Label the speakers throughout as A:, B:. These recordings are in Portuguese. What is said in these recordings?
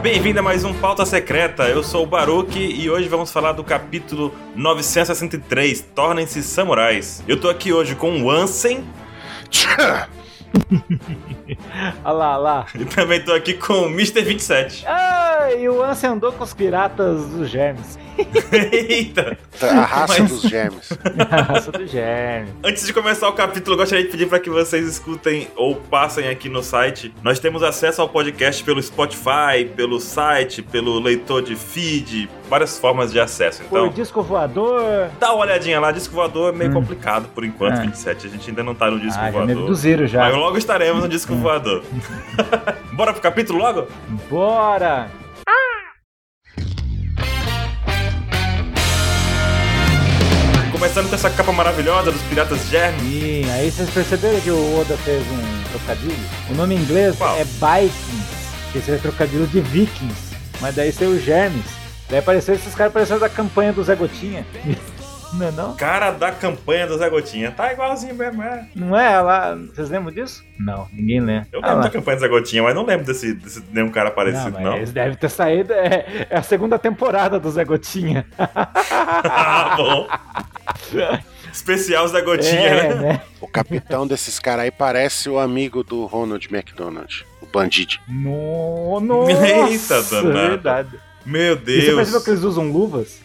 A: Bem-vindo a mais um Pauta Secreta. Eu sou o Baruque e hoje vamos falar do capítulo 963, Tornem-se Samurais. Eu tô aqui hoje com o Ansem
B: Tchã!
C: Olha lá, olha lá.
A: e também tô aqui com o Mr. 27.
C: Ah, e o Ansem andou com os piratas dos germes.
A: Eita!
B: A raça
A: Mas-
B: dos gêmeos.
C: Raça do germe.
A: Antes de começar o capítulo, eu gostaria de pedir para que vocês escutem ou passem aqui no site. Nós temos acesso ao podcast pelo Spotify, pelo site, pelo leitor de feed, várias formas de acesso.
C: O
A: Então,
C: disco voador.
A: dá uma olhadinha lá. Disco voador é meio
C: Hum.
A: complicado por enquanto,
C: É.
A: 27. A gente ainda não tá no disco
C: ah, já me
A: voador.
C: reduziram já.
A: Mas logo estaremos no disco voador. Bora pro capítulo logo?
C: Bora!
A: Começando com essa capa maravilhosa dos Piratas Germes.
C: E aí vocês perceberam que o Oda fez um trocadilho? O nome em inglês
A: Qual?
C: é Vikings, que seria trocadilho de Vikings. Mas daí saiu germes. Daí apareceu esses caras parecendo da campanha do Zé Gotinha. Não é não?
A: Cara da campanha do Zé Gotinha. Tá igualzinho mesmo, é.
C: Não é? Lá, vocês lembram disso? Não, ninguém lembra.
A: Eu
C: Ah,
A: lembro
C: lá.
A: da campanha do Zé Gotinha, mas não lembro desse, desse nenhum cara parecido,
C: não, mas
A: não.
C: eles devem ter saído. É, é a segunda temporada do Zé Gotinha.
A: Ah, bom. Especial Zé Gotinha,
C: é,
A: né?
C: né?
B: O capitão desses caras aí parece o amigo do Ronald McDonald, o bandido.
C: No, no...
A: Eita, danado.
C: Verdade.
A: Meu
C: E você percebeu
A: Deus.
C: que eles usam luvas?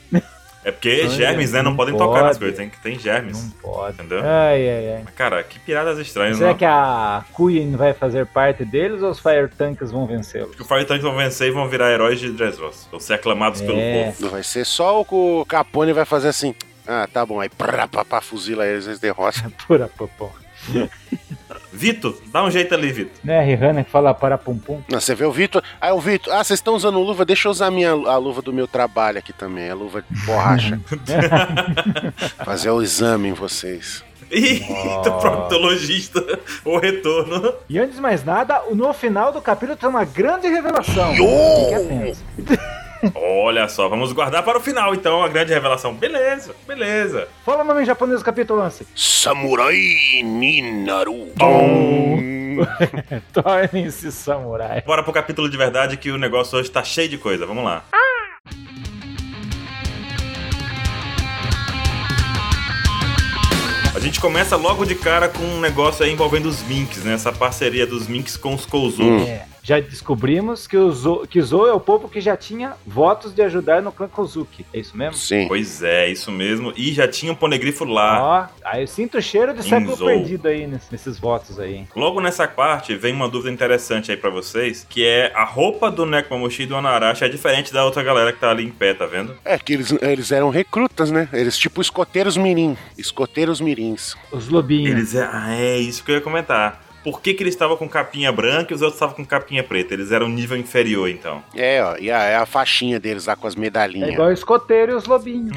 A: É porque
C: Olha,
A: germes, né? Não
C: não
A: podem tocar nas
C: pode.
A: coisas. Tem, tem germes.
C: Não pode.
A: Entendeu?
C: Ai, ai, ai.
A: Mas, Cara, que piradas estranhas,
C: Será
A: né?
C: que é a Queen vai fazer parte deles ou os Fire Tanks vão vencê-lo?
A: Porque o Fire Tanks vão vencer e vão virar heróis de Dressrosa. Vão ser aclamados
C: É.
A: pelo povo.
B: Não vai ser só o que o Capone vai fazer assim. Ah, tá bom. Aí prá, pá, pá, fuzila eles, eles derrotam.
C: Pura popó.
A: Vito, dá um jeito ali, Vito.
C: Não é a Rihanna que fala para pum pum?
B: Não, você vê o Vitor. Aí o Vitor, ah, vocês estão usando luva? Deixa eu usar a minha, a luva do meu trabalho aqui também, a luva de borracha. Fazer o exame em vocês.
A: Eita,
C: Nossa.
A: proctologista. O retorno.
C: E antes de mais nada, no final do capítulo tem uma grande revelação.
B: Yo!
C: Fique atento.
A: Olha só, vamos guardar para o final, então, a grande revelação. Beleza, beleza.
C: Fala o nome em japonês do capítulo, Lance.
B: Samurai Ninaru.
C: Tornem-se samurai.
A: Bora pro capítulo de verdade que o negócio hoje tá cheio de coisa. Vamos lá. A gente começa logo de cara com um negócio aí envolvendo os Minks, né? Essa parceria dos Minks com os Kouzu.
B: Hum.
C: É, já descobrimos que o, Zo, que Zo é o povo que já tinha votos de ajudar no clã Kozuki. É isso mesmo?
B: Sim.
A: Pois é, isso mesmo. E já tinha um ponegrifo lá.
C: Ó, aí eu sinto o cheiro de século
A: Inzo.
C: perdido aí ness- nesses votos aí. hein?
A: Logo nessa parte vem uma dúvida interessante aí pra vocês, que é a roupa do Nekomamushi e do Onarashi é diferente da outra galera que tá ali em pé, tá vendo?
B: É que eles, eles eram recrutas, né? Eles tipo escoteiros mirim. Escoteiros mirins.
C: Os lobinhos.
A: Eles é, ah, é isso que eu ia comentar. Por que, que eles estavam com capinha branca e os outros estavam com capinha preta? Eles eram nível inferior, então.
B: É, ó, e a, é a faixinha deles lá com as
C: É
B: medalhinhas.
C: igual o escoteiro e os lobinhos.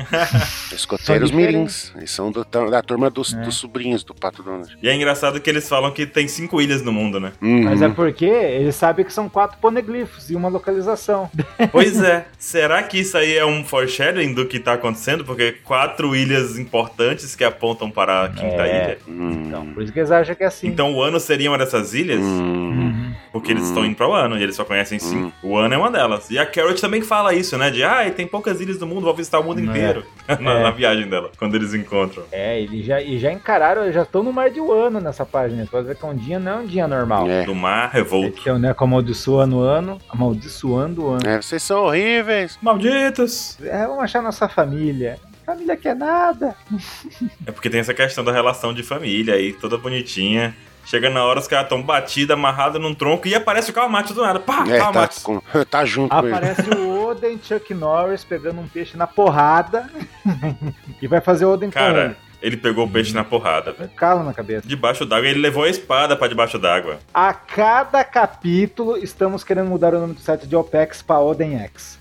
B: Escoteiros
C: São diferentes.
B: mirins. Eles são do tam- da turma dos,
C: É.
B: dos sobrinhos do Pato Donald.
A: E é engraçado que eles falam que tem cinco ilhas no mundo, né?
C: Mas é
B: Uhum.
C: porque eles sabem que são quatro poneglifos e uma localização.
A: Pois é. Será que isso aí é um foreshadowing do que tá acontecendo? Porque quatro ilhas importantes que apontam para a quinta
C: É.
A: ilha.
B: Hum.
C: Então, por isso que eles acham que é assim.
A: Então o ano seria uma dessas ilhas?
B: Hum.
C: Uhum.
A: Porque eles estão indo pra Wano e eles só conhecem cinco. O Wano é uma delas. E a Carrot também fala isso, né? De, ah, tem poucas ilhas do mundo, vou visitar o mundo
C: Não é.
A: inteiro. na,
C: É.
A: na viagem dela, quando eles encontram.
C: É, eles já, e já encararam, eles já estão no mar de Wano nessa página. Você pode ver que um dia não é um dia normal.
B: É.
A: Do mar, revolto.
C: Então, né, com amaldiçoando o ano, amaldiçoando o ano.
B: É, vocês são horríveis.
A: Malditos!
C: É, vamos achar nossa família. Família que é nada.
A: É porque tem essa questão da relação de família aí, toda bonitinha. Chega na hora, os caras tão batidos, amarrados num tronco e aparece o Kawamatsu do nada. Pá,
B: É, tá,
A: Kawamatsu.
B: com- tá junto com ele.
C: Aparece o Oden Chuck Norris pegando um peixe na porrada. e vai fazer o Oden
A: Cara, ele pegou o peixe na porrada,
C: com
A: velho.
C: ele. Calo na cabeça.
A: Debaixo d'água, ele levou a espada pra debaixo d'água.
C: A cada capítulo, estamos querendo mudar o nome do site de OPEX pra OdenX.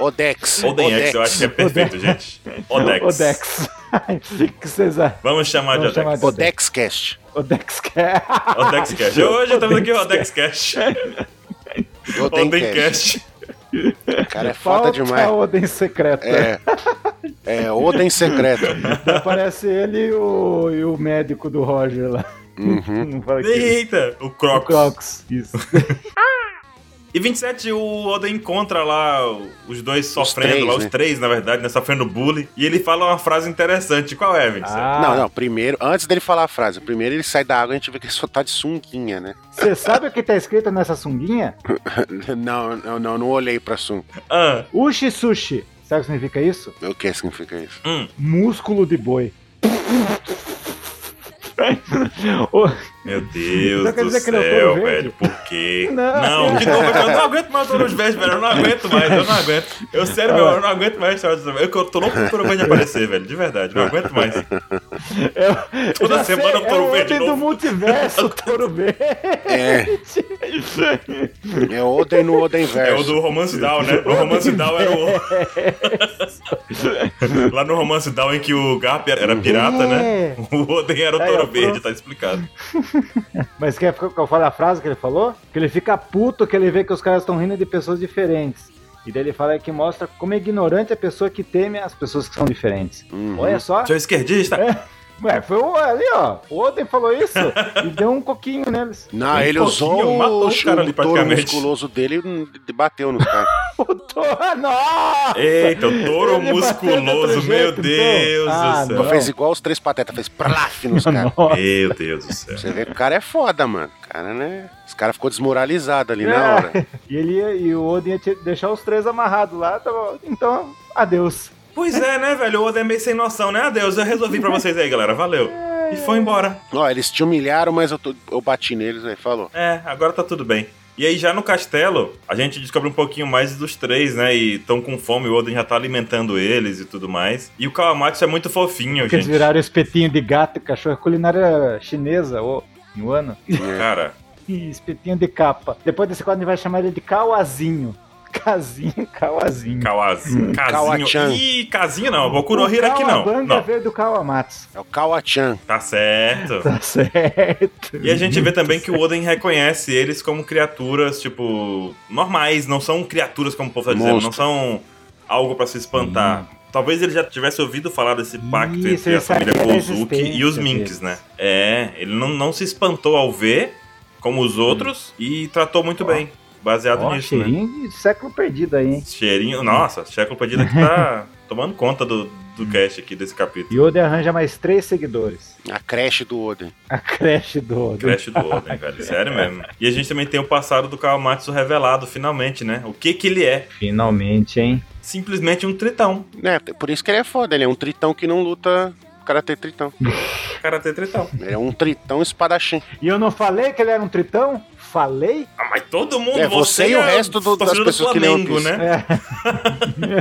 B: Odex.
A: Odex, eu acho que é perfeito, gente. Odex.
C: Odex. O que vocês acham?
A: Vamos chamar de
C: Vamos chamar
A: é Odex.
C: de
B: Odexcast.
C: Odex que é...
A: Odex Cash. Hoje estamos aqui com o Odex Cash. Odex
B: Odencast.
A: Cash.
B: O cara é foda demais.
C: Oden secreto.
B: É. É, Oden secreto.
C: Aparece ele e o, e o médico do Roger lá.
B: Uhum.
C: Não fala que... é
A: Eita, o
C: O
A: Crocs.
C: Crocs. Isso.
A: E E 27, o Oda encontra lá os dois sofrendo,
B: três,
A: lá os
B: né?
A: três, na verdade, né? Sofrendo bullying. E ele fala uma frase interessante. Qual é, 27?
C: Ah.
B: Não, não, primeiro, antes dele falar a frase, primeiro ele sai da água e a gente vê que ele só tá de sunguinha, né?
C: Você sabe o que tá escrito nessa sunguinha?
B: Não, não, não, não olhei pra sunga.
A: Ah,
C: Ushi sushi. Sabe o que significa isso?
B: O que significa isso?
A: hum,
C: Músculo de boi. Ô,
A: meu Deus
C: Então quer
A: do
C: dizer que ele é o
A: céu,
C: Touro
A: velho.
C: Verde?
A: Por quê?
C: Não.
A: Não, de novo, eu não aguento mais o Touro Verde, velho. Eu não aguento mais, eu não aguento. Eu, sério, meu, eu não aguento mais essa hora de- Eu que eu tô louco pro Touro Verde aparecer, velho. De verdade, não aguento mais.
C: eu-
A: Toda
C: eu já
A: semana
C: sei,
A: o touro
C: é
A: verde
C: homem do
A: novo.
C: multiverso, o touro verde.
B: É, é Oden no Oden
A: É o
B: verso.
A: do Romance Down, né? O Romance Down era o. Lá no Romance Down em que o Garp era pirata, né? O Oden era o
C: É,
A: Touro
C: eu-
A: Verde, tá explicado.
C: Mas quer que eu fale a frase que ele falou? Que ele fica puto que ele vê que os caras estão rindo de pessoas diferentes. E daí ele fala que mostra como é ignorante a pessoa que teme as pessoas que são diferentes.
B: Uhum.
C: Olha só.
A: Seu esquerdista?
C: Ué, foi o, ali, ó. O Oden falou isso e deu um coquinho neles.
B: Não, ele
A: Um
B: usou
A: pouquinho, matou
B: o,
A: o cara ali,
B: o touro
A: praticamente.
B: musculoso dele e hum, bateu nos caras.
C: O Thor, nossa!
A: Eita, o touro
C: Ele bateu de
A: musculoso,
C: outro
A: meu
C: jeito,
A: Deus
C: então.
A: do
C: Ah,
B: Então
A: céu.
C: não.
B: fez igual os três patetas, fez plaf nos caras.
C: Nossa.
A: Meu Deus do céu.
B: Você vê que o cara é foda, mano. O cara, né? Os caras ficou desmoralizado ali
A: É.
B: na hora.
C: É. E, ele ia- e o Odin ia te- deixar os três amarrados lá, tá bom. Então, adeus.
A: Pois é, né, velho? O Oda é meio sem noção, né? Adeus, eu resolvi pra vocês aí, galera. Valeu. E foi embora.
B: Ó, eles te humilharam, mas eu, tô- eu bati neles aí, falou.
A: É, agora tá tudo bem. E aí, já no castelo, a gente descobre um pouquinho mais dos três, né? E estão com fome, o Oden já tá alimentando eles e tudo mais. E o Kawamatsu é muito fofinho,
C: Porque eles
A: gente.
C: viraram espetinho de gato e cachorro. Culinária chinesa, ô, no ano.
A: Cara,
C: Ih, espetinho de capa. Depois desse quadro a gente vai chamar ele de Cauazinho. Casinho, Cauazinho.
A: Kawazu.
B: Kawachan.
A: Casinho. Ih, casinho não. Bokuro Hiraki não.
C: Banga
A: Não,
C: veio do Kawamatsu.
B: É o Kawachan.
A: tá certo.
C: Tá certo.
A: E a gente vê também que o Oden reconhece eles como criaturas, tipo, normais, não são criaturas como o povo tá dizendo,
B: Monstro.
A: não são algo pra se espantar. Talvez ele já tivesse ouvido falar desse pacto
C: Isso,
A: entre
C: ele é
A: a família
C: sabia da
A: Kozuki e os
C: existência
A: Minks,
C: deles.
A: né? É, ele não, não se espantou ao ver, como os outros, e tratou muito
C: Ó.
A: bem, baseado
C: Ó,
A: nisso, né?
C: cheirinho de século perdido aí, hein?
A: Cheirinho, nossa, Checo Perdida que tá tomando conta do, do cast aqui desse capítulo.
C: E Oden arranja mais três seguidores.
B: A creche do Oden.
C: A creche do Oden.
A: Crash do Oden, velho. Sério mesmo. E a gente também tem o passado do Kawamatsu revelado, finalmente, né? O que que ele é?
C: Finalmente, hein?
A: Simplesmente um tritão.
B: Né? Por isso que ele é foda, ele é um tritão que não luta karatê tritão.
A: Karatê tritão.
B: Ele é um tritão espadachim.
C: E eu não falei que ele era um tritão? Falei?
A: Ah, mas todo mundo...
B: É, você e o resto do- das
A: torcedor
B: pessoas que
A: Flamengo,
B: leram isso.
A: né?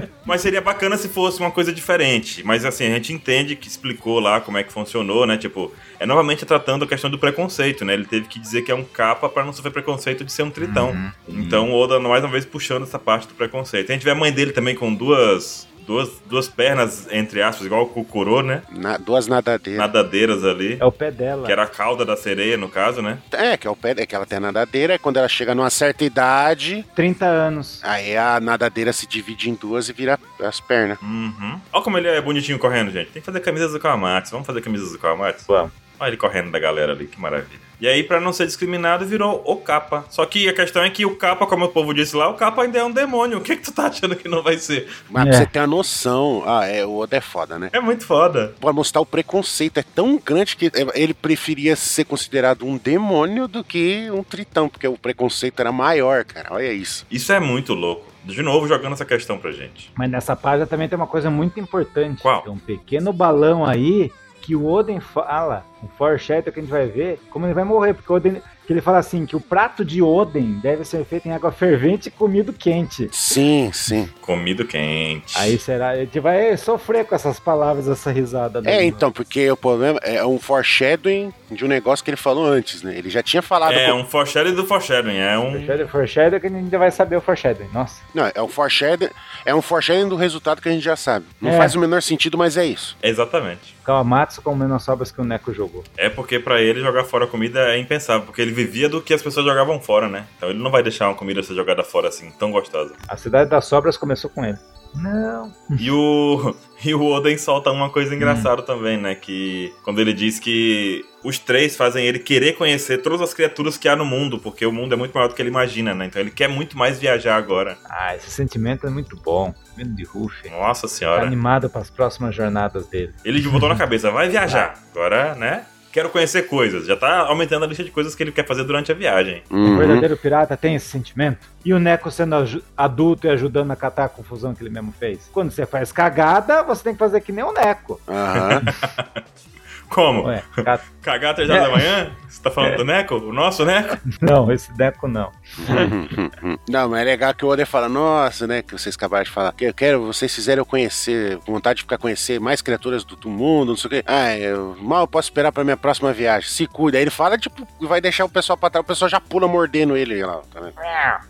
C: É.
A: Mas seria bacana se fosse uma coisa diferente. Mas assim, a gente entende que explicou lá como é que funcionou, né? Tipo, é novamente tratando a questão do preconceito, né? Ele teve que dizer que é um capa pra não sofrer preconceito de ser um tritão. Então, o Oda mais uma vez puxando essa parte do preconceito. A gente vê a mãe dele também com duas... Duas, duas pernas, entre aspas, igual o Kokoro, né?
B: Na- duas nadadeiras.
A: É. nadadeiras ali.
C: É o pé dela.
A: Que era a cauda da sereia, no caso, né?
B: É, que é o pé, é que ela tem a nadadeira, é quando ela chega numa certa idade,
C: 30 anos.
B: aí a nadadeira se divide em duas e vira as pernas.
A: Uhum. Olha como ele é bonitinho correndo, gente. Tem que fazer camisas do Kawamatsu. Vamos fazer camisas do Kawamatsu?
C: Vamos.
A: Olha ele correndo da galera ali, que maravilha. E aí, pra não ser discriminado, virou o capa. Só que a questão é que o capa, como o povo disse lá, o capa ainda é um demônio. O que, que tu tá achando que não vai ser?
B: Mas
C: É.
B: pra você ter a noção, ah, é, o Oda é foda, né?
A: É muito foda.
B: Pra mostrar o preconceito é tão grande que ele preferia ser considerado um demônio do que um tritão, porque o preconceito era maior, cara. Olha isso.
A: Isso é muito louco. De novo, jogando essa questão pra gente.
C: Mas nessa página também tem uma coisa muito importante.
A: Qual?
C: Tem um pequeno balão aí que o Oden fala, o foreshadow que a gente vai ver, como ele vai morrer, porque o Oden, que ele fala assim que o prato de Oden deve ser feito em água fervente e comido quente.
B: Sim, sim.
A: Comido quente.
C: Aí será, a gente vai sofrer com essas palavras, essa risada dele.
B: É, então, porque o problema é um foreshadowing de um negócio que ele falou antes, né? Ele já tinha falado.
A: É
B: com-
A: um foreshadowing do foreshadowing. É um...
C: Foreshadow, foreshadow que a gente ainda vai saber o foreshadow. Nossa.
B: Não, é um foreshadowing, é um foreshadowing do resultado que a gente já sabe. Não
C: É.
B: faz o menor sentido, mas é isso.
A: Exatamente.
C: Kawamatsu com menos sobras que o Neko jogou.
A: É porque pra ele jogar fora a comida é impensável, porque ele vivia do que as pessoas jogavam fora, né? Então ele não vai deixar uma comida ser jogada fora assim, tão gostosa.
C: A cidade das sobras começou com ele. Não.
A: E o e o Oden solta uma coisa engraçada também, né? Que quando ele diz que o os três fazem ele querer conhecer todas as criaturas que há no mundo, porque o mundo é muito maior do que ele imagina, né? Então ele quer muito mais viajar agora.
C: Ah, esse sentimento é muito bom. Vindo de Ruff.
A: Nossa
C: Tá
A: senhora.
C: animado para as próximas jornadas dele.
A: Ele botou na cabeça, vai viajar. Agora, né? Quero conhecer coisas. Já tá aumentando a lista de coisas que ele quer fazer durante a viagem.
C: O
B: Uhum.
C: verdadeiro pirata tem esse sentimento? E o Neco sendo aju- adulto e ajudando a catar a confusão que ele mesmo fez? Quando você faz cagada, você tem que fazer que nem o Neco.
B: Aham.
A: Como?
C: Ué, ca-
A: Cagar três horas da manhã? Você tá falando do Neco? O nosso Neco?
C: não, esse Neco não.
B: Não, mas é legal que o Oden fala, nossa, né? Que vocês acabaram de falar. Que eu quero, vocês fizeram eu conhecer, com vontade de ficar conhecer mais criaturas do, do mundo, não sei o quê. Ah, eu mal posso esperar pra minha próxima viagem. Se cuida. Aí ele fala, tipo, vai deixar o pessoal pra trás, o pessoal já pula mordendo ele lá, tá vendo?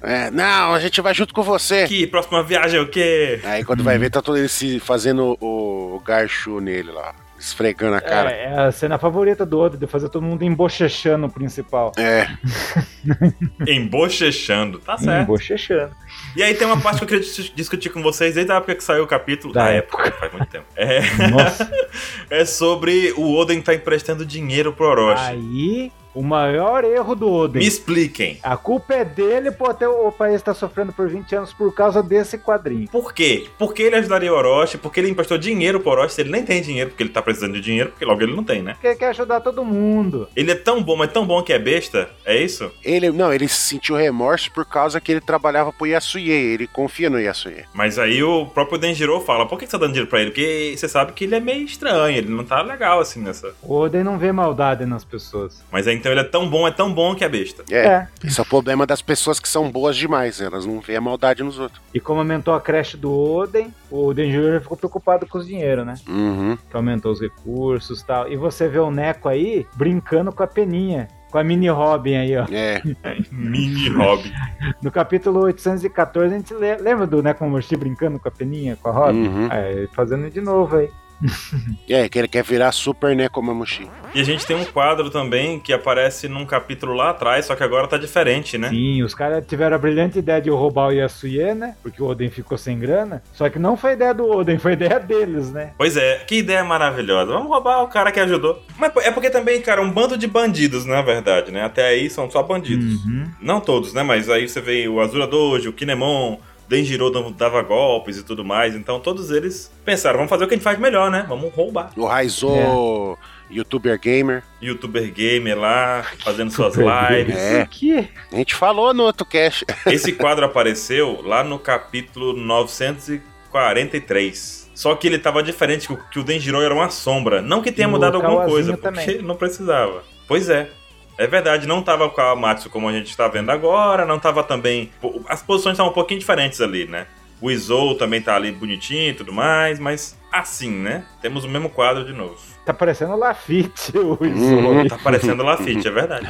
B: É, não, a gente vai junto com você.
A: Que próxima viagem é o quê?
B: Aí quando vai ver, tá todo ele se fazendo o, o garchu nele lá, esfregando a cara.
C: É, é a cena favorita do Oda, de fazer todo mundo embochechando o principal.
B: É.
A: Embochechando. Tá certo.
C: Embochechando.
A: E aí tem uma parte que eu queria dis- discutir com vocês desde a época que saiu o capítulo.
C: Da
A: Da, época. faz muito tempo. É,
C: Nossa.
A: é sobre o Oden tá emprestando dinheiro pro Orochi.
C: Aí, o maior erro do Oden.
A: Me expliquem.
C: A culpa é dele por ter o país tá sofrendo por 20 anos por causa desse quadrinho.
A: Por quê? Por que ele ajudaria o Orochi? Por que ele emprestou dinheiro pro Orochi se ele nem tem dinheiro, porque ele tá precisando de dinheiro, porque logo ele não tem, né?
C: Porque ele quer ajudar todo mundo.
A: Ele é tão bom, mas tão bom que é besta? É isso?
B: Ele, não, ele sentiu remorso por causa que ele trabalhava pro Yasuye, ele confia no Yasuye.
A: Mas aí o próprio Denjiro fala, por que você tá dando dinheiro pra ele? Porque você sabe que ele é meio estranho, ele não tá legal assim nessa...
C: O Oden não vê maldade nas pessoas.
A: Mas aí então ele é tão bom, é tão bom que é besta.
B: É, Esse é o problema das pessoas que são boas demais, elas não veem a maldade nos outros.
C: E como aumentou a creche do Oden, o Oden Jr. ficou preocupado com os dinheiro, né?
B: Uhum.
C: Que aumentou os recursos e tal. E você vê o Neco aí brincando com a peninha. Com a mini Robin aí, ó.
B: É.
A: Mini Robin.
C: No capítulo 814, a gente le- lembra do Neco Momoshi brincando com a peninha, com a Robin?
B: Uhum.
C: É, fazendo de novo aí.
B: É, que ele quer virar super né, Nekomamushi.
A: E a gente tem um quadro também que aparece num capítulo lá atrás, só que agora tá diferente, né?
C: Sim, os caras tiveram a brilhante ideia de roubar o Yasuye, né? Porque o Oden ficou sem grana. Só que não foi ideia do Oden, foi ideia deles, né?
A: Pois é, que ideia maravilhosa. Vamos roubar o cara que ajudou. Mas é porque também, cara, um bando de bandidos, na verdade, né? Até aí são só bandidos.
C: Uhum.
A: Não todos, né? Mas aí você vê o Azura Dojo, o Kinemon, Denjiro dava- dava golpes e tudo mais. Então todos eles pensaram, vamos fazer o que a gente faz melhor, né? Vamos roubar.
B: O Raizo,
C: É.
B: youtuber gamer.
A: Youtuber Gamer lá, fazendo suas
C: Youtuber gamer.
A: lives.
B: É.
C: Que?
B: A gente falou no outro cast. É,
A: Esse quadro apareceu lá no capítulo 943. Só que ele tava diferente, que o- que o Denjiro era uma sombra. Não que tenha
C: E o
A: mudado alguma
C: Kawazinho
A: coisa,
C: também.
A: porque não precisava. Pois é. É verdade, não tava com a Matsu como a gente tá vendo agora, não tava também. pô, As posições estavam um pouquinho diferentes ali, né? O Izou também tá ali bonitinho e tudo mais, mas assim, né? Temos o mesmo quadro de novo.
C: Tá parecendo o Lafitte, o
B: Uhum.
C: Isolde.
A: Tá parecendo Lafitte, é verdade.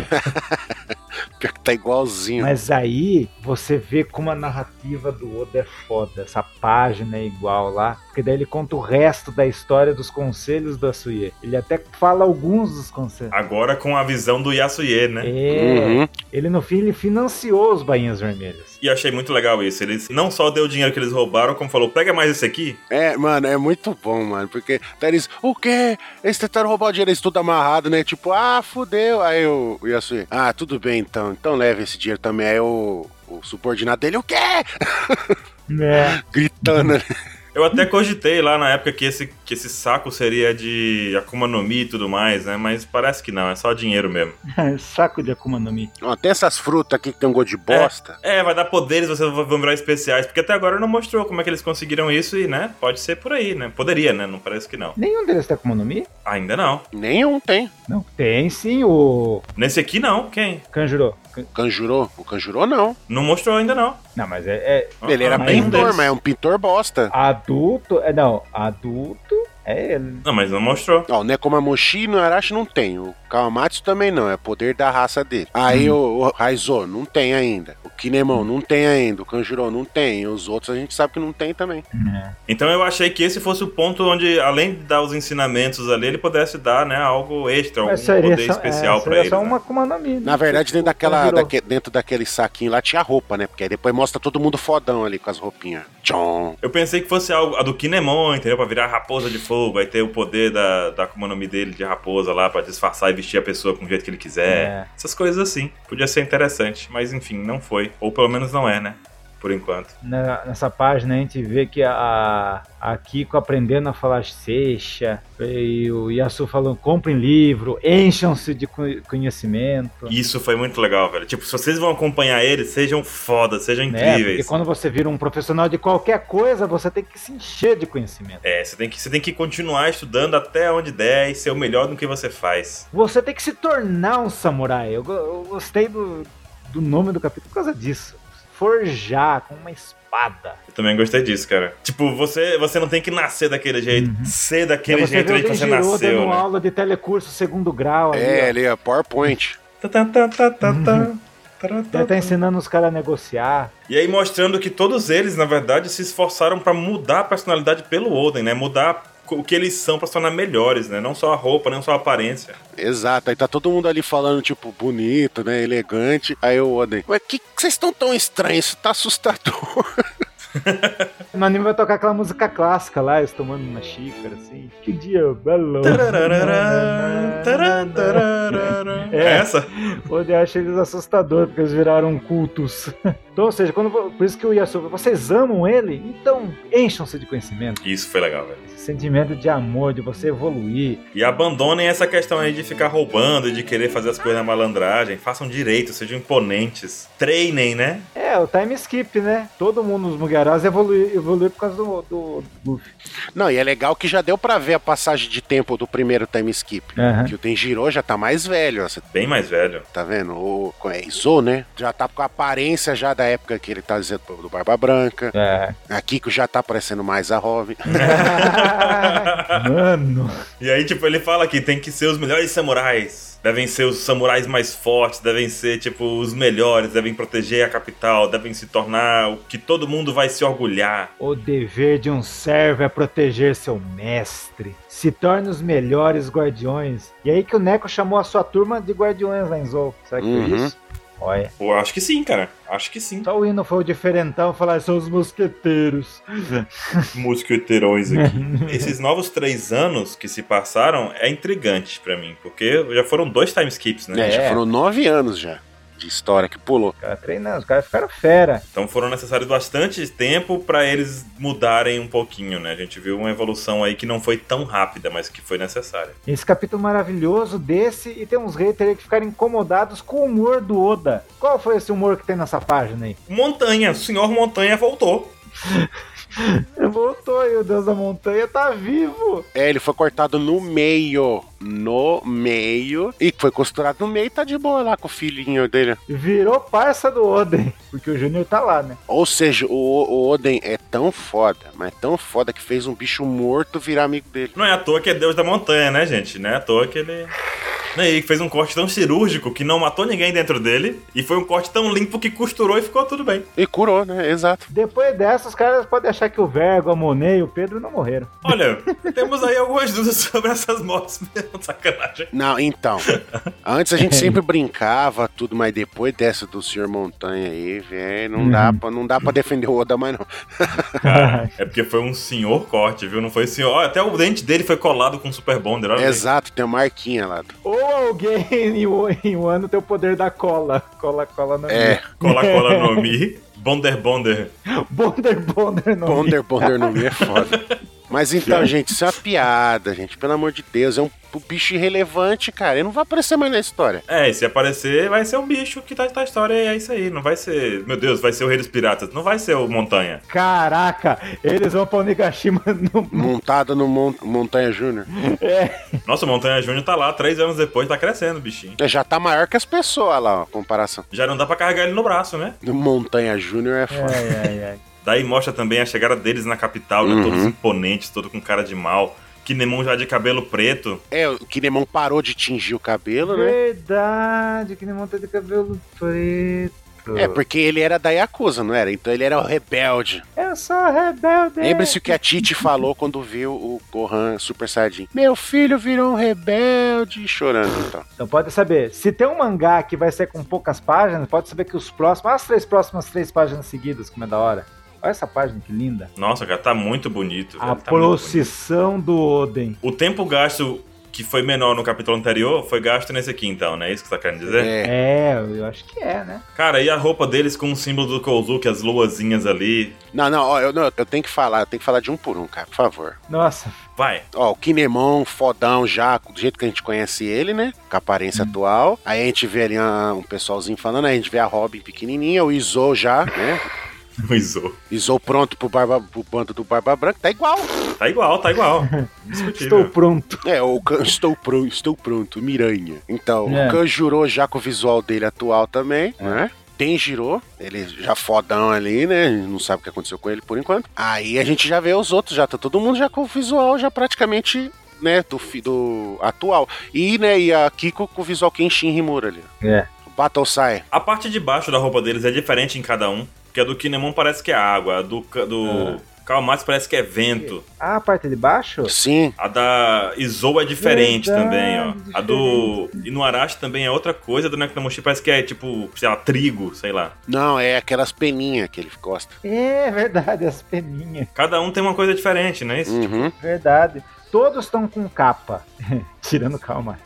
B: Pior que tá igualzinho.
C: Mas aí você vê como a narrativa do Oda é foda. Essa página é igual lá. Porque daí ele conta o resto da história dos conselhos da Suye. Ele até fala alguns dos conselhos.
A: Agora com a visão do Yasuye, né?
C: É,
B: Uhum.
C: ele no fim ele financiou os bainhas vermelhas.
A: E eu achei muito legal isso. Eles não só deu o dinheiro que eles roubaram, como falou, pega mais esse aqui.
B: É, mano, é muito bom, mano. Porque daí eles, o quê? Eles tentaram roubar o dinheiro, eles tudo amarrado, né? Tipo, ah, fudeu. Aí o, o Yasui, ah, tudo bem então. Então leve esse dinheiro também. Aí o, o subordinado dele, o quê?
C: Né?
B: Gritando, né?
A: Eu até cogitei lá na época que esse, que esse saco seria de Akuma no Mi e tudo mais, né? Mas parece que não, é só dinheiro mesmo.
C: Saco de Akuma no Mi.
B: Ó, tem essas frutas aqui que tem um gosto de bosta.
A: É, vai dar poderes, vocês vão vão virar especiais, porque até agora não mostrou como é que eles conseguiram isso e, né? Pode ser por aí, né? Poderia, né? Não parece que não.
C: Nenhum deles tem Akuma no Mi?
A: Ainda não.
B: Nenhum tem.
C: Não. Tem sim o
A: Nesse aqui não, quem?
C: Kanjuro.
B: Canjurô? O Canjurô não.
A: Não mostrou ainda não.
C: Não, mas é, é
B: Ele era
A: Ah,
C: bem
A: nenhum
B: pintor,
A: deles.
B: mas é um pintor bosta.
C: adulto. É, não, adulto é ele.
A: Não, mas não mostrou.
B: Ó, o Nekomamushi e o Arashi não tem. O Kawamatsu também não. É poder da raça dele. Aí o, o Raizo não tem ainda. O Kinemon não tem ainda. O Kanjuro não tem. E os outros a gente sabe que não tem também.
A: Então eu achei que esse fosse o ponto onde, além de dar os ensinamentos ali, ele pudesse dar, né, algo extra, algum
C: Mas seria
A: poder
C: só-
A: especial
C: é,
A: pra
C: seria
A: ele.
C: só
A: né?
C: uma Akuma no Mi.
B: Na verdade, dentro,
C: O
B: daquela,
C: Kanjuro.
B: daque- dentro daquele saquinho lá tinha roupa, né? Porque aí depois mostra todo mundo fodão ali com as roupinhas. Tchon.
A: Eu pensei que fosse algo, a do Kinemon, entendeu? Pra virar raposa de fogo, aí ter o poder da, da como é o nome dele de raposa lá pra disfarçar e vestir a pessoa com o jeito que ele quiser.
C: É.
A: Essas coisas assim. Podia ser interessante, mas enfim, não foi. Ou pelo menos não é, né? Por enquanto.
C: Na- nessa página a gente vê que a, a Kiko aprendendo a falar seixa, e o Yasu falando, comprem livro, encham-se de co- conhecimento.
A: E Isso foi muito legal, velho. Tipo, se vocês vão acompanhar ele, sejam foda, sejam
C: Né? Porque
A: incríveis.
C: quando você vira um profissional de qualquer coisa, você tem que se encher de conhecimento.
A: É, você tem, que, você tem que continuar estudando até onde der e ser o melhor no que você faz.
C: Você tem que se tornar um samurai. Eu, go- eu gostei do, do nome do capítulo por causa disso. Forjar com uma espada.
A: Eu também gostei disso, cara. Tipo, você, você não tem que nascer daquele jeito,
C: Uhum.
A: ser daquele
C: E você
A: jeito
C: vê
A: aí que
C: o
A: você
C: Denjiro
A: nasceu,
C: dando
A: né?
C: aula de telecurso segundo grau. ali,
B: É,
C: ó.
B: ali, ó, PowerPoint.
A: Tá, tá, tá, tá, tá, tá. Tá,
C: Ele
A: tá,
C: tá
A: tá.
C: ensinando os caras a negociar.
A: E aí mostrando que todos eles, na verdade, se esforçaram pra mudar a personalidade pelo Oden, né? Mudar co- o que eles são pra se tornar melhores, né? Não só a roupa, não só a aparência.
B: Exato, aí tá todo mundo ali falando, tipo, bonito, né, elegante. Aí o Oden, mas que que vocês estão tão estranhos? Isso tá assustador.
C: No anime vai tocar aquela música clássica lá, eles tomando uma xícara, assim. Que dia belo.
A: Tararará, tararará.
C: É.
A: É essa?
C: Onde eu acho eles assustador, porque eles viraram cultos. Então, ou seja, quando, por isso que o Yasuo, vocês amam ele? Então, encham-se de conhecimento.
A: Isso foi legal, velho.
C: Esse sentimento de amor, de você evoluir.
A: E abandonem essa questão aí de ficar roubando, de querer fazer as coisas na malandragem. Façam direito, sejam imponentes. Treinem, né?
C: É, o time skip, né? Todo mundo nos Mugiarás evoluiu, evoluiu por causa do, do, do Luffy.
B: Não, e é legal que já deu pra ver a passagem de tempo do primeiro time skip. Que o Tenjiro já tá mais velho, ó, você
A: Bem mais velho.
B: tá vendo? O, como é Izo, né? Já tá com a aparência já da época que ele tá dizendo pro- do Barba Branca.
C: É.
B: A Kiko já tá parecendo mais a Robin.
C: Mano.
A: E aí, tipo, ele fala que tem que ser os melhores samurais. Devem ser os samurais mais fortes, devem ser, tipo, os melhores, devem proteger a capital, devem se tornar o que todo mundo vai se orgulhar.
C: O dever de um servo é proteger seu mestre. Se torne os melhores guardiões. E aí que o Neko chamou a sua turma de guardiões lá em Zou. Será que foi
B: Uhum.
C: isso? Olha.
A: Pô, acho que sim, cara. Acho que sim.
C: Só o hino foi o diferentão falar, são os mosqueteiros.
A: Mosqueteirões aqui. Esses novos três anos que se passaram é intrigante pra mim, porque já foram dois timeskips, né?
B: É, já
C: É.
B: foram nove anos já de história que pulou.
C: Os caras treinando, os caras ficaram fera.
A: Então foram necessários bastante tempo pra eles mudarem um pouquinho, né? A gente viu uma evolução aí que não foi tão rápida, mas que foi necessária.
C: Esse capítulo maravilhoso desse, e tem uns haters aí que ficaram incomodados com o humor do Oda. Qual foi esse humor que tem nessa página aí?
A: Montanha, o senhor Montanha voltou.
C: Voltou aí, o Deus da Montanha tá vivo!
B: É, ele foi cortado no meio. No meio. E foi costurado no meio e tá de boa lá com o filhinho dele.
C: Virou parça do Oden, porque o Júnior tá lá, né?
B: Ou seja, o, o Oden é tão foda, mas tão foda que fez um bicho morto virar amigo dele.
A: Não é à toa que é Deus da Montanha, né, gente? Não é à toa que ele. Não é, E fez um corte tão cirúrgico que não matou ninguém dentro dele. E foi um corte tão limpo que costurou e ficou tudo bem.
B: E curou, né? Exato.
C: Depois dessa, os caras podem achar que o Vergo, a Monet e o Pedro não morreram.
A: Olha, temos aí algumas dúvidas sobre essas mortes mesmo. Sacanagem.
B: Não, então. Antes a gente sempre brincava, tudo, mas depois dessa do Sr. Montanha aí, velho, não, dá
C: Uhum.
B: pra- não dá pra defender o Oda mais não.
A: Cara, é porque foi um senhor corte, viu? Não foi senhor. Ó, Até o dente dele foi colado com um super bonder. Olha aí.
B: Exato, tem uma marquinha lá.
C: Ou alguém em um, em um ano tem o poder da cola. Cola, cola no
B: É,
A: Cola, cola no Mi. Bonder, bonder.
C: Bonder, bonder no
B: Bonder, Bonder no meio é foda. Mas então, gente, isso é uma piada, gente. Pelo amor de Deus, é um bicho irrelevante, cara. Ele não vai aparecer mais na história.
A: É, e se aparecer, vai ser um bicho que tá tá a história e é isso aí. Não vai ser, meu Deus, vai ser o Rei dos Piratas. Não vai ser o Montanha.
C: Caraca, eles vão pra Onigashima no...
B: Montado no Mon- Montanha Júnior.
A: Nossa, o Montanha Júnior tá lá, três anos depois, tá crescendo, bichinho.
B: Já tá maior que as pessoas lá, ó, a comparação.
A: Já não dá pra carregar ele no braço, né?
B: No Montanha Júnior é foda.
C: Ai, ai, ai.
A: Daí mostra também a chegada deles na capital, né?
B: Uhum.
A: Todos imponentes, todo com cara de mal. Kinemon já de cabelo preto.
B: É, o Kinemon parou de tingir o cabelo, né?
C: Verdade, que nem monta de cabelo preto.
B: É, porque ele era da Yakuza, não era? Então ele era o rebelde.
C: Eu sou rebelde.
B: Lembre-se o que a Titi falou quando viu o Gohan Super Saiyajin. Meu filho virou um rebelde. Chorando, então.
C: Então pode saber, se tem um mangá que vai ser com poucas páginas, pode saber que os próximos, as três próximas três páginas seguidas, como é da hora, Olha essa página que linda.
A: Nossa, cara, tá muito bonito.
C: A
A: velho, tá muito
C: procissão do Oden.
A: bonito. O tempo gasto que foi menor no capítulo anterior foi gasto nesse aqui, então, né? É isso que você tá querendo dizer?
B: É.
C: É, eu acho que é, né?
A: Cara, e a roupa deles com o símbolo do Kozuki, as luazinhas ali.
B: Não, não, ó, eu, não, eu tenho que falar, eu tenho que falar de um por um, cara, por favor.
C: Nossa,
A: Vai.
B: Ó, o Kinemon, fodão já, do jeito que a gente conhece ele, né? Com a aparência atual. Aí a gente vê ali ah, um pessoalzinho falando, aí a gente vê a Robin pequenininha, o Izou já, né?
A: O Izo.
B: Izou pronto pro, barba, pro bando do Barba Branca, tá igual.
A: Tá igual, tá igual.
C: estou
A: Indiscutível.
C: pronto.
B: É, o Kan- estou pronto, estou pronto, Miranha. Então,
C: É.
B: o Kan jurou já com o visual dele atual também, né? Tem girou, ele já fodão ali, né? Não sabe o que aconteceu com ele por enquanto. Aí a gente já vê os outros, já tá todo mundo já com o visual já praticamente, né, do, fi- do atual. E, né, e a Kiko com o visual Kenshin Himura ali.
C: É.
B: O Battle Sai.
A: A parte de baixo da roupa deles é diferente em cada um. Porque a do Kinemon parece que é água, a do, Ka- do Kalmatsu parece que é vento.
C: Ah, a parte de baixo?
B: Sim.
A: A da Izou é diferente
C: Verdade,
A: também, ó. A do Inuarashi também é outra coisa, a do Nekonomushi parece que é tipo, sei lá, trigo, sei lá.
B: Não, é aquelas peninhas que ele gosta.
C: É verdade, as peninhas.
A: Cada um tem uma coisa diferente, né? Isso?
C: tipo
B: Uhum.
C: Verdade. Todos estão com capa. Tirando calma.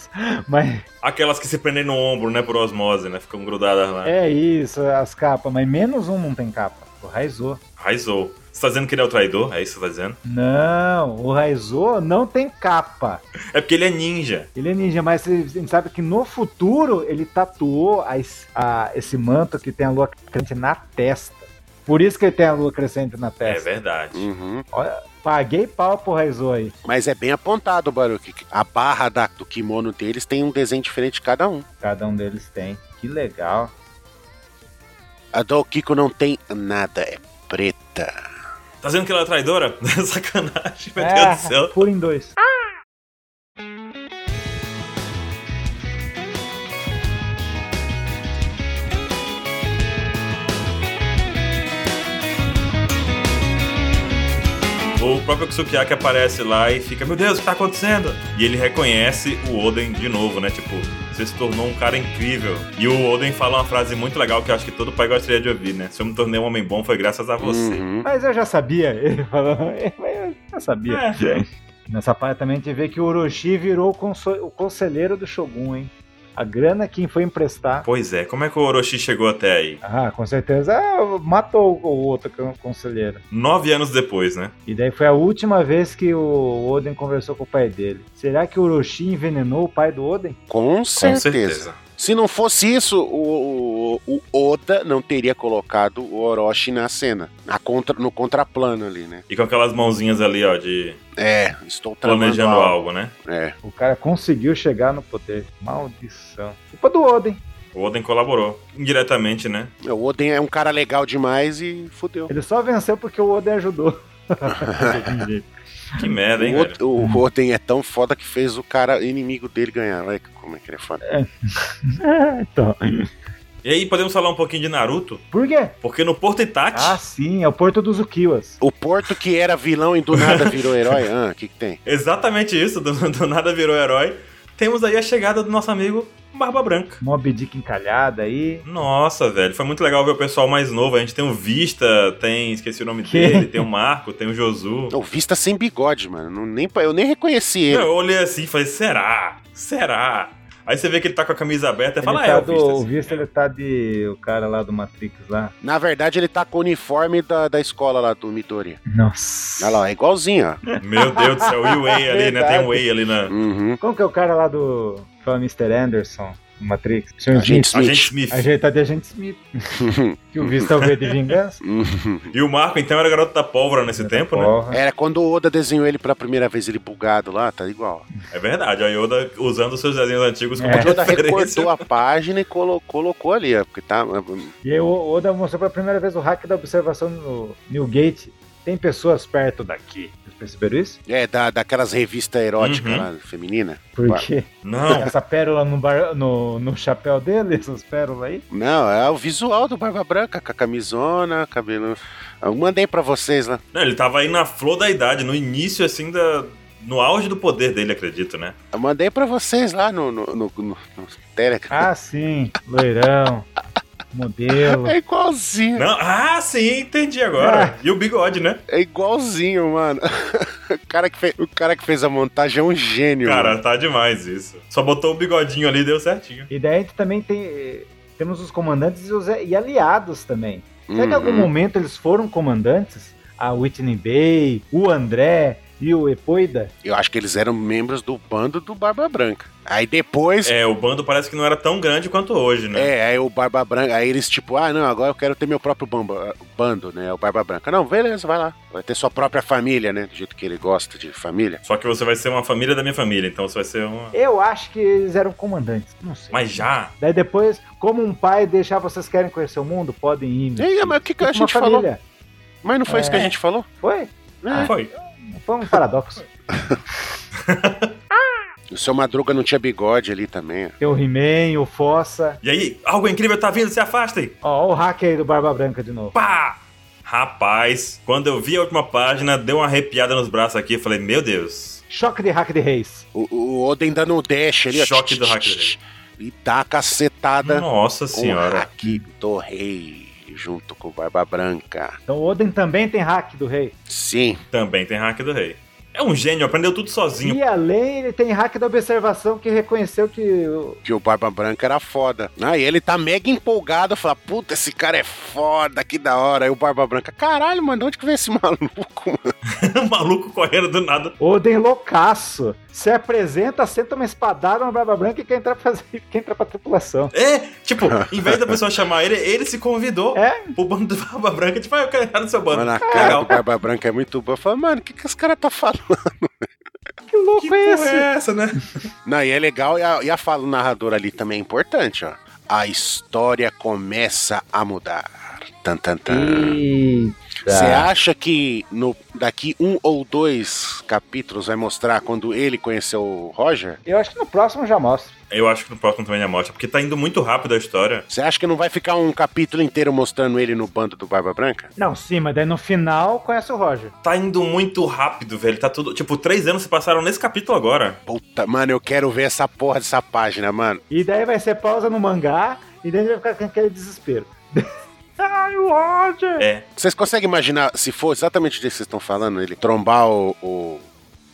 C: Mas
A: Aquelas que se prendem no ombro, né, por osmose, né? Ficam grudadas lá.
C: é isso, as capas. Mas menos um não tem capa. O Raizou.
A: Raizou. Você tá dizendo que ele é o traidor? É isso que você tá dizendo?
C: Não, o Raizou não tem capa.
A: É porque ele é ninja.
C: Ele é ninja, mas a gente sabe que no futuro ele tatuou a es- a- esse manto que tem a lua crescente na testa. Por isso que ele tem a lua crescente na
A: É
C: testa.
A: verdade.
B: Uhum.
C: Paguei pau pro Raizou aí.
B: Mas é bem apontado, Baruque. A barra da- do kimono deles tem um desenho diferente de cada um.
C: Cada um deles tem. Que legal.
B: A do Kiko não tem nada, é preta.
A: Tá dizendo que ela é traidora? Sacanagem, meu
C: Ah,
A: Deus do céu.
C: Pula em dois.
A: O próprio Kusukiyaki aparece lá e fica, meu Deus, o que tá acontecendo? E ele reconhece o Oden de novo, né? Tipo, você se tornou um cara incrível. E o Oden fala uma frase muito legal que eu acho que todo pai gostaria de ouvir, né? Se eu me tornei um homem bom foi graças a você.
B: Uhum.
C: Mas eu já sabia, ele falou. Mas eu já sabia.
A: É.
C: Nessa parte também a gente vê que o Orochi virou o, conso- o conselheiro do Shogun, hein? A grana quem foi emprestar.
A: Pois é, como é que o Orochi chegou até aí?
C: Ah, com certeza ah, matou o outro con- conselheiro.
A: Nove anos depois, né?
C: E daí foi a última vez que o Oden conversou com o pai dele. Será que o Orochi envenenou o pai do Oden?
B: Com, certeza. Se não fosse isso, o, o- o Oda não teria colocado o Orochi na cena. Na contra, no contraplano ali, né?
A: E com aquelas mãozinhas ali, ó, de
B: É, estou tramando
A: planejando
B: algo.
A: algo, né?
B: É.
C: O cara conseguiu chegar no poder. Maldição. Culpa do Oden.
A: O Oden colaborou. Indiretamente, né?
B: O Oden é um cara legal demais e fudeu.
C: Ele só venceu porque o Oden ajudou. Não tem jeito.
A: Que merda, hein,
B: O,
A: velho?
B: Od- o Oden é tão foda que fez o cara inimigo dele ganhar. Olha como é que ele é foda.
C: É, então.
A: E aí, podemos falar um pouquinho de Naruto?
C: Por quê?
A: Porque no Porto Itachi,
C: Ah, sim, é o Porto dos Ukiwas.
B: O Porto que era vilão e do nada virou herói. Ah, o que, que tem?
A: exatamente isso, do, do nada virou herói. Temos aí a chegada do nosso amigo Barba Branca.
C: Mob Dick encalhada aí.
A: Nossa, velho, foi muito legal ver o pessoal mais novo. A gente tem o Vista, tem. Esqueci o nome
C: Que?
A: dele, tem o Marco, tem o Josu.
B: O Vista sem bigode, mano. Não- nem, pa- eu nem reconheci ele.
A: Eu olhei assim e falei, será? Será? Aí você vê que ele tá com a camisa aberta e
C: Ele
A: fala, ah,
C: tá
A: é o
C: do,
A: Vista.
C: o visto ele tá de. O cara lá do Matrix lá.
B: Na verdade, ele tá com o uniforme da, da escola lá do Midori.
C: Nossa.
B: Olha lá, é igualzinho, ó.
A: Meu Deus do céu, e o Way ali, né?
C: Verdade.
A: Tem o Way ali na.
B: Uhum.
C: Como que é o cara lá do. Fala Mr. Anderson, do Matrix? Sr.
B: Agente
C: Smith.
A: A gente
B: Smith.
A: Smith.
C: Ajeitado tá de agente Smith. que o visto é o V de vingança.
B: Uhum.
A: E o Marco, então, era garoto da pólvora nesse tempo, né?
C: Porra.
B: Era quando o Oda desenhou ele pela primeira vez, ele bugado lá, tá igual.
A: É verdade, a Yoda usando os seus desenhos antigos como
C: É.
B: O Oda
A: referência.
B: recortou a página e colo- colocou ali, ó, porque tá...
C: E aí o Oda mostrou pela primeira vez o hack da observação no Newgate. Tem pessoas perto daqui. Vocês perceberam isso?
B: É, da, daquelas revistas eróticas
A: Uhum.
B: lá, feminina.
C: Porque
A: Não,
C: essa pérola no, bar- no, no chapéu dele, essas pérolas aí.
B: Não, é o visual do Barba Branca, com a camisona, cabelo... Eu mandei pra vocês lá.
A: não, ele tava aí na flor da idade, no início, assim, da... no auge do poder dele, acredito, né?
B: Eu mandei pra vocês lá no, no, no, no, no Telegram.
C: Ah, sim, loirão. modelo.
B: É igualzinho.
A: Não, ah, sim, entendi agora. E o bigode, né?
B: É igualzinho, mano. O cara, que fez, o cara que fez a montagem é um gênio.
A: Cara,
B: mano.
A: tá demais isso. Só botou o bigodinho ali e deu certinho.
C: E daí a gente também tem. eh, Temos os comandantes e, os, e aliados também. Será que em algum
B: Uhum.
C: momento eles foram comandantes? A Whitney Bay, o André e o Epoida?
B: Eu acho que eles eram membros do bando do Barba Branca. Aí depois. É.
A: É, o bando parece que não era tão grande quanto hoje, né?
B: aí o Barba Branca, aí eles tipo, ah, não, agora eu quero ter meu próprio bamba- bando, né? O Barba Branca. Não, beleza, vai lá. Vai ter sua própria família, né? Do jeito que ele gosta de família.
A: Só que você vai ser uma família da minha família, então você vai ser uma.
C: Eu acho que eles eram comandantes. Não sei.
A: Mas já?
C: Daí depois, como um pai deixar vocês querem conhecer o mundo, podem ir.
B: E aí, mas o que, que a
C: Tipo uma
B: gente falou?
C: família.
B: Mas não foi isso que a gente falou?
C: Foi?
B: É.
A: Foi.
C: Foi um paradoxo.
B: O seu Madruga não tinha bigode ali também. ó.
C: Tem o He-Man, o Fossa.
A: E aí, algo incrível tá vindo, se afastem!
C: Ó, ó o hack aí do Barba Branca de novo.
A: Pá! Rapaz, quando eu vi a última página, deu uma arrepiada nos braços aqui. Eu falei, meu Deus.
C: Choque de hack de reis.
B: O, o Oden dando o dash ali, ó.
A: Choque do hack do rei.
B: E dá a cacetada
A: Nossa
B: com o
A: senhora.
B: hack do rei, junto com o Barba Branca.
C: Então o Oden também tem hack do rei.
B: Sim.
A: Também tem hack do rei. É um gênio, aprendeu tudo sozinho.
C: E além, ele tem hack da observação que reconheceu que o-
B: Que o Barba Branca era foda. Ah, e ele tá mega empolgado, fala, puta, esse cara é foda, que da hora. Aí o Barba Branca, caralho, mano, de onde que vem esse maluco, mano?
A: o maluco correndo do nada.
C: Oden é loucaço se apresenta, senta uma espadada no Barba Branca e quer entrar pra, fazer, quer entrar pra tripulação.
A: É, tipo, em vez da pessoa chamar ele, ele se convidou
C: É?
A: pro bando do Barba Branca. Tipo, ah, eu quero entrar no seu bando.
B: Mano, a cara do
A: Legal.
B: Barba Branca é muito boa. Fala, mano, o que, que esse cara tá falando?
C: Que louco
A: Que
C: é
A: porra
C: esse?
A: é essa, né?
B: Não, e é legal, e a, e a fala do narrador ali também é importante, ó. A história começa a mudar. Tan, tan, tan. Você
C: Eita.
B: acha que no, daqui um ou dois capítulos vai mostrar quando ele conheceu o Roger?
C: Eu acho que no próximo já mostra.
A: Eu acho que no próximo também já mostra, porque tá indo muito rápido a história.
B: Você acha que não vai ficar um capítulo inteiro mostrando ele no bando do Barba Branca?
C: Não, sim, mas daí no final conhece o Roger.
A: Tá indo muito rápido, velho. Tá tudo. Tipo, três anos se passaram nesse capítulo agora.
B: Puta, mano, eu quero ver essa porra dessa página, mano.
C: E daí vai ser pausa no mangá e daí ele vai ficar com aquele desespero. Ai, o Roger!
A: É.
B: Vocês conseguem imaginar, se for exatamente o que vocês estão falando, ele trombar o. o...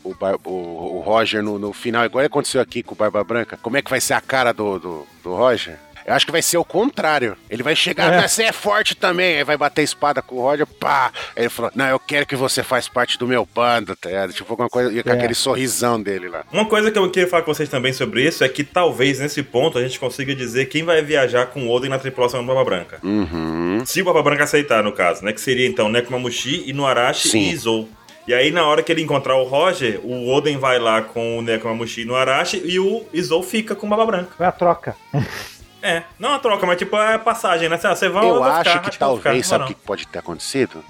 B: O, Bar- o- o Roger no, no final, igual aconteceu aqui com o Barba Branca, como é que vai ser a cara do, do, do Roger? Eu acho que vai ser o contrário. Ele vai chegar,
C: É.
B: "Ah, você é forte também, aí vai bater espada com o Roger, pá! Aí ele falou, não, eu quero que você faz parte do meu bando, tá ligado? Tipo alguma coisa, e com
C: É.
B: aquele sorrisão dele lá.
A: Uma coisa que eu queria falar com vocês também sobre isso é que talvez nesse ponto a gente consiga dizer quem vai viajar com o Oden na tripulação do Barba Branca.
B: Uhum.
A: Se o Barba Branca aceitar, no caso, né? Que seria então Nekomamushi, Inuarashi
B: Sim.
A: e Izou. E aí, na hora que ele encontrar o Roger, o Oden vai lá com o Nekomamushi e Inuarashi e o Izou fica com o Barba Branca.
C: Foi a troca.
A: É, não a troca, mas tipo a passagem, né? Assim, ah, Você vai
B: Eu
A: vou ficar,
B: acho que
A: eu vou
B: talvez,
A: ficar,
B: sabe o
A: não.
B: que pode ter acontecido?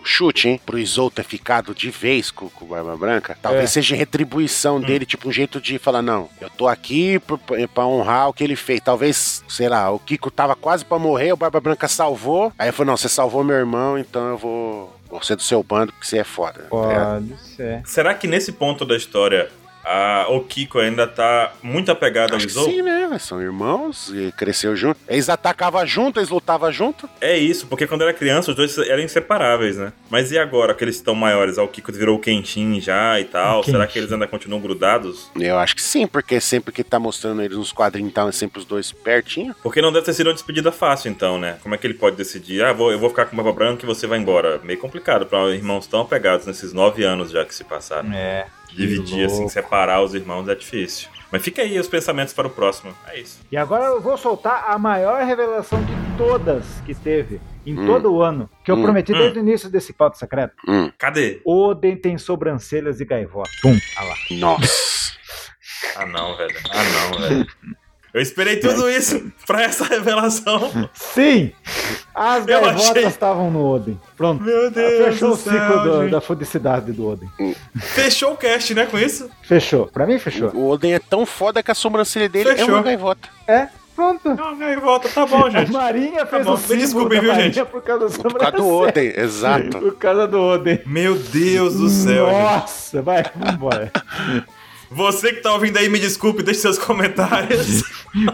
B: O chute, hein? Pro Izou ter ficado de vez com, com o Barba Branca. Talvez
C: É.
B: seja
A: Hum.
B: retribuição dele, tipo um jeito de falar, não, eu tô aqui pra, pra honrar o que ele fez. Talvez, sei lá, o Kiko tava quase pra morrer, o Barba Branca salvou. Aí ele falou, não, você salvou meu irmão, então eu vou... vou ser do seu bando, porque você é foda. tá ligado?
C: Pode ser.
A: Será que nesse ponto da história a Okiko ainda tá muito apegada ao
B: Acho que
A: Izou?
B: sim, né? Eles São irmãos e cresceu junto. Eles atacavam junto, eles lutavam junto.
A: É isso, porque quando era criança os dois eram inseparáveis, né? Mas e agora que eles estão maiores? A Okiko virou o Kenshin já e tal.
C: O
A: Será
C: Kenshin.
A: que eles ainda continuam grudados?
B: Eu acho que sim, porque sempre que tá mostrando eles nos quadrinhos, tá sempre os dois pertinho.
A: Porque não deve ter sido uma despedida fácil, então, né? Como é que ele pode decidir? Ah, vou, eu vou ficar com o Barba Branca e você vai embora. Meio complicado pra irmãos tão apegados nesses nove anos já que se passaram.
C: É. que
A: Dividir, assim,
C: louco.
A: separar os irmãos é difícil. Mas fica aí os pensamentos para o próximo. É isso.
C: E agora eu vou soltar a maior revelação de todas que teve em todo o ano, que eu
B: Hum.
C: prometi
A: Hum.
C: desde o início desse pauta secreto.
B: Hum,
A: Cadê?
C: Oden tem sobrancelhas e gaivota. Pum, ah lá.
B: nossa.
A: Ah não, velho. Ah não, velho. Eu esperei tudo isso pra essa revelação.
C: Sim! As
A: Eu
C: gaivotas
A: achei.
C: estavam no Oden. Pronto.
A: Meu Deus
C: Ah, Fechou
A: do
C: o ciclo
A: céu,
C: do-
A: gente.
C: da felicidade do Oden.
A: Fechou o cast, né, com isso?
C: Fechou. Pra mim, fechou.
B: O Oden é tão foda que a sobrancelha dele é
A: Fechou.
B: uma gaivota.
C: É, pronto.
A: Não, velho, volta. Tá bom,
C: A
A: gente.
C: Marinha fez
A: bom,
C: o
A: me
C: símbolo
A: desculpem,
C: da
A: viu,
C: Marinha
A: gente?
C: por causa da
B: Por causa do
C: sobrancelha.
B: Oden, exato.
C: Por causa do Oden.
A: Meu Deus do céu, gente.
C: Nossa, vai, vambora.
A: Você que tá ouvindo aí, me desculpe, deixe seus comentários.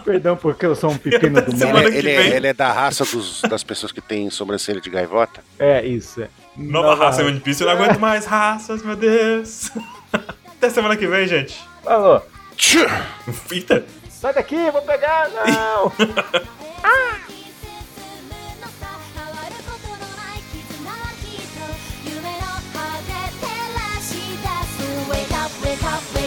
C: Perdão, porque eu sou um pequeno do
A: Semana
C: mundo.
A: que
B: Ele, ele,
A: vem.
B: ele é da raça dos- das pessoas que têm sobrancelha de gaivota.
C: É, isso. é.
A: Nova raça em One Piece, eu não aguento mais raças, meu Deus. Até semana que vem, gente.
C: Falou.
B: Tchum!
A: Eita.
C: Sai daqui, vou pegar, não!
D: 沈むのさ変わることのない絆はきっと夢の果て照らし出す Wake up, wake up, wake up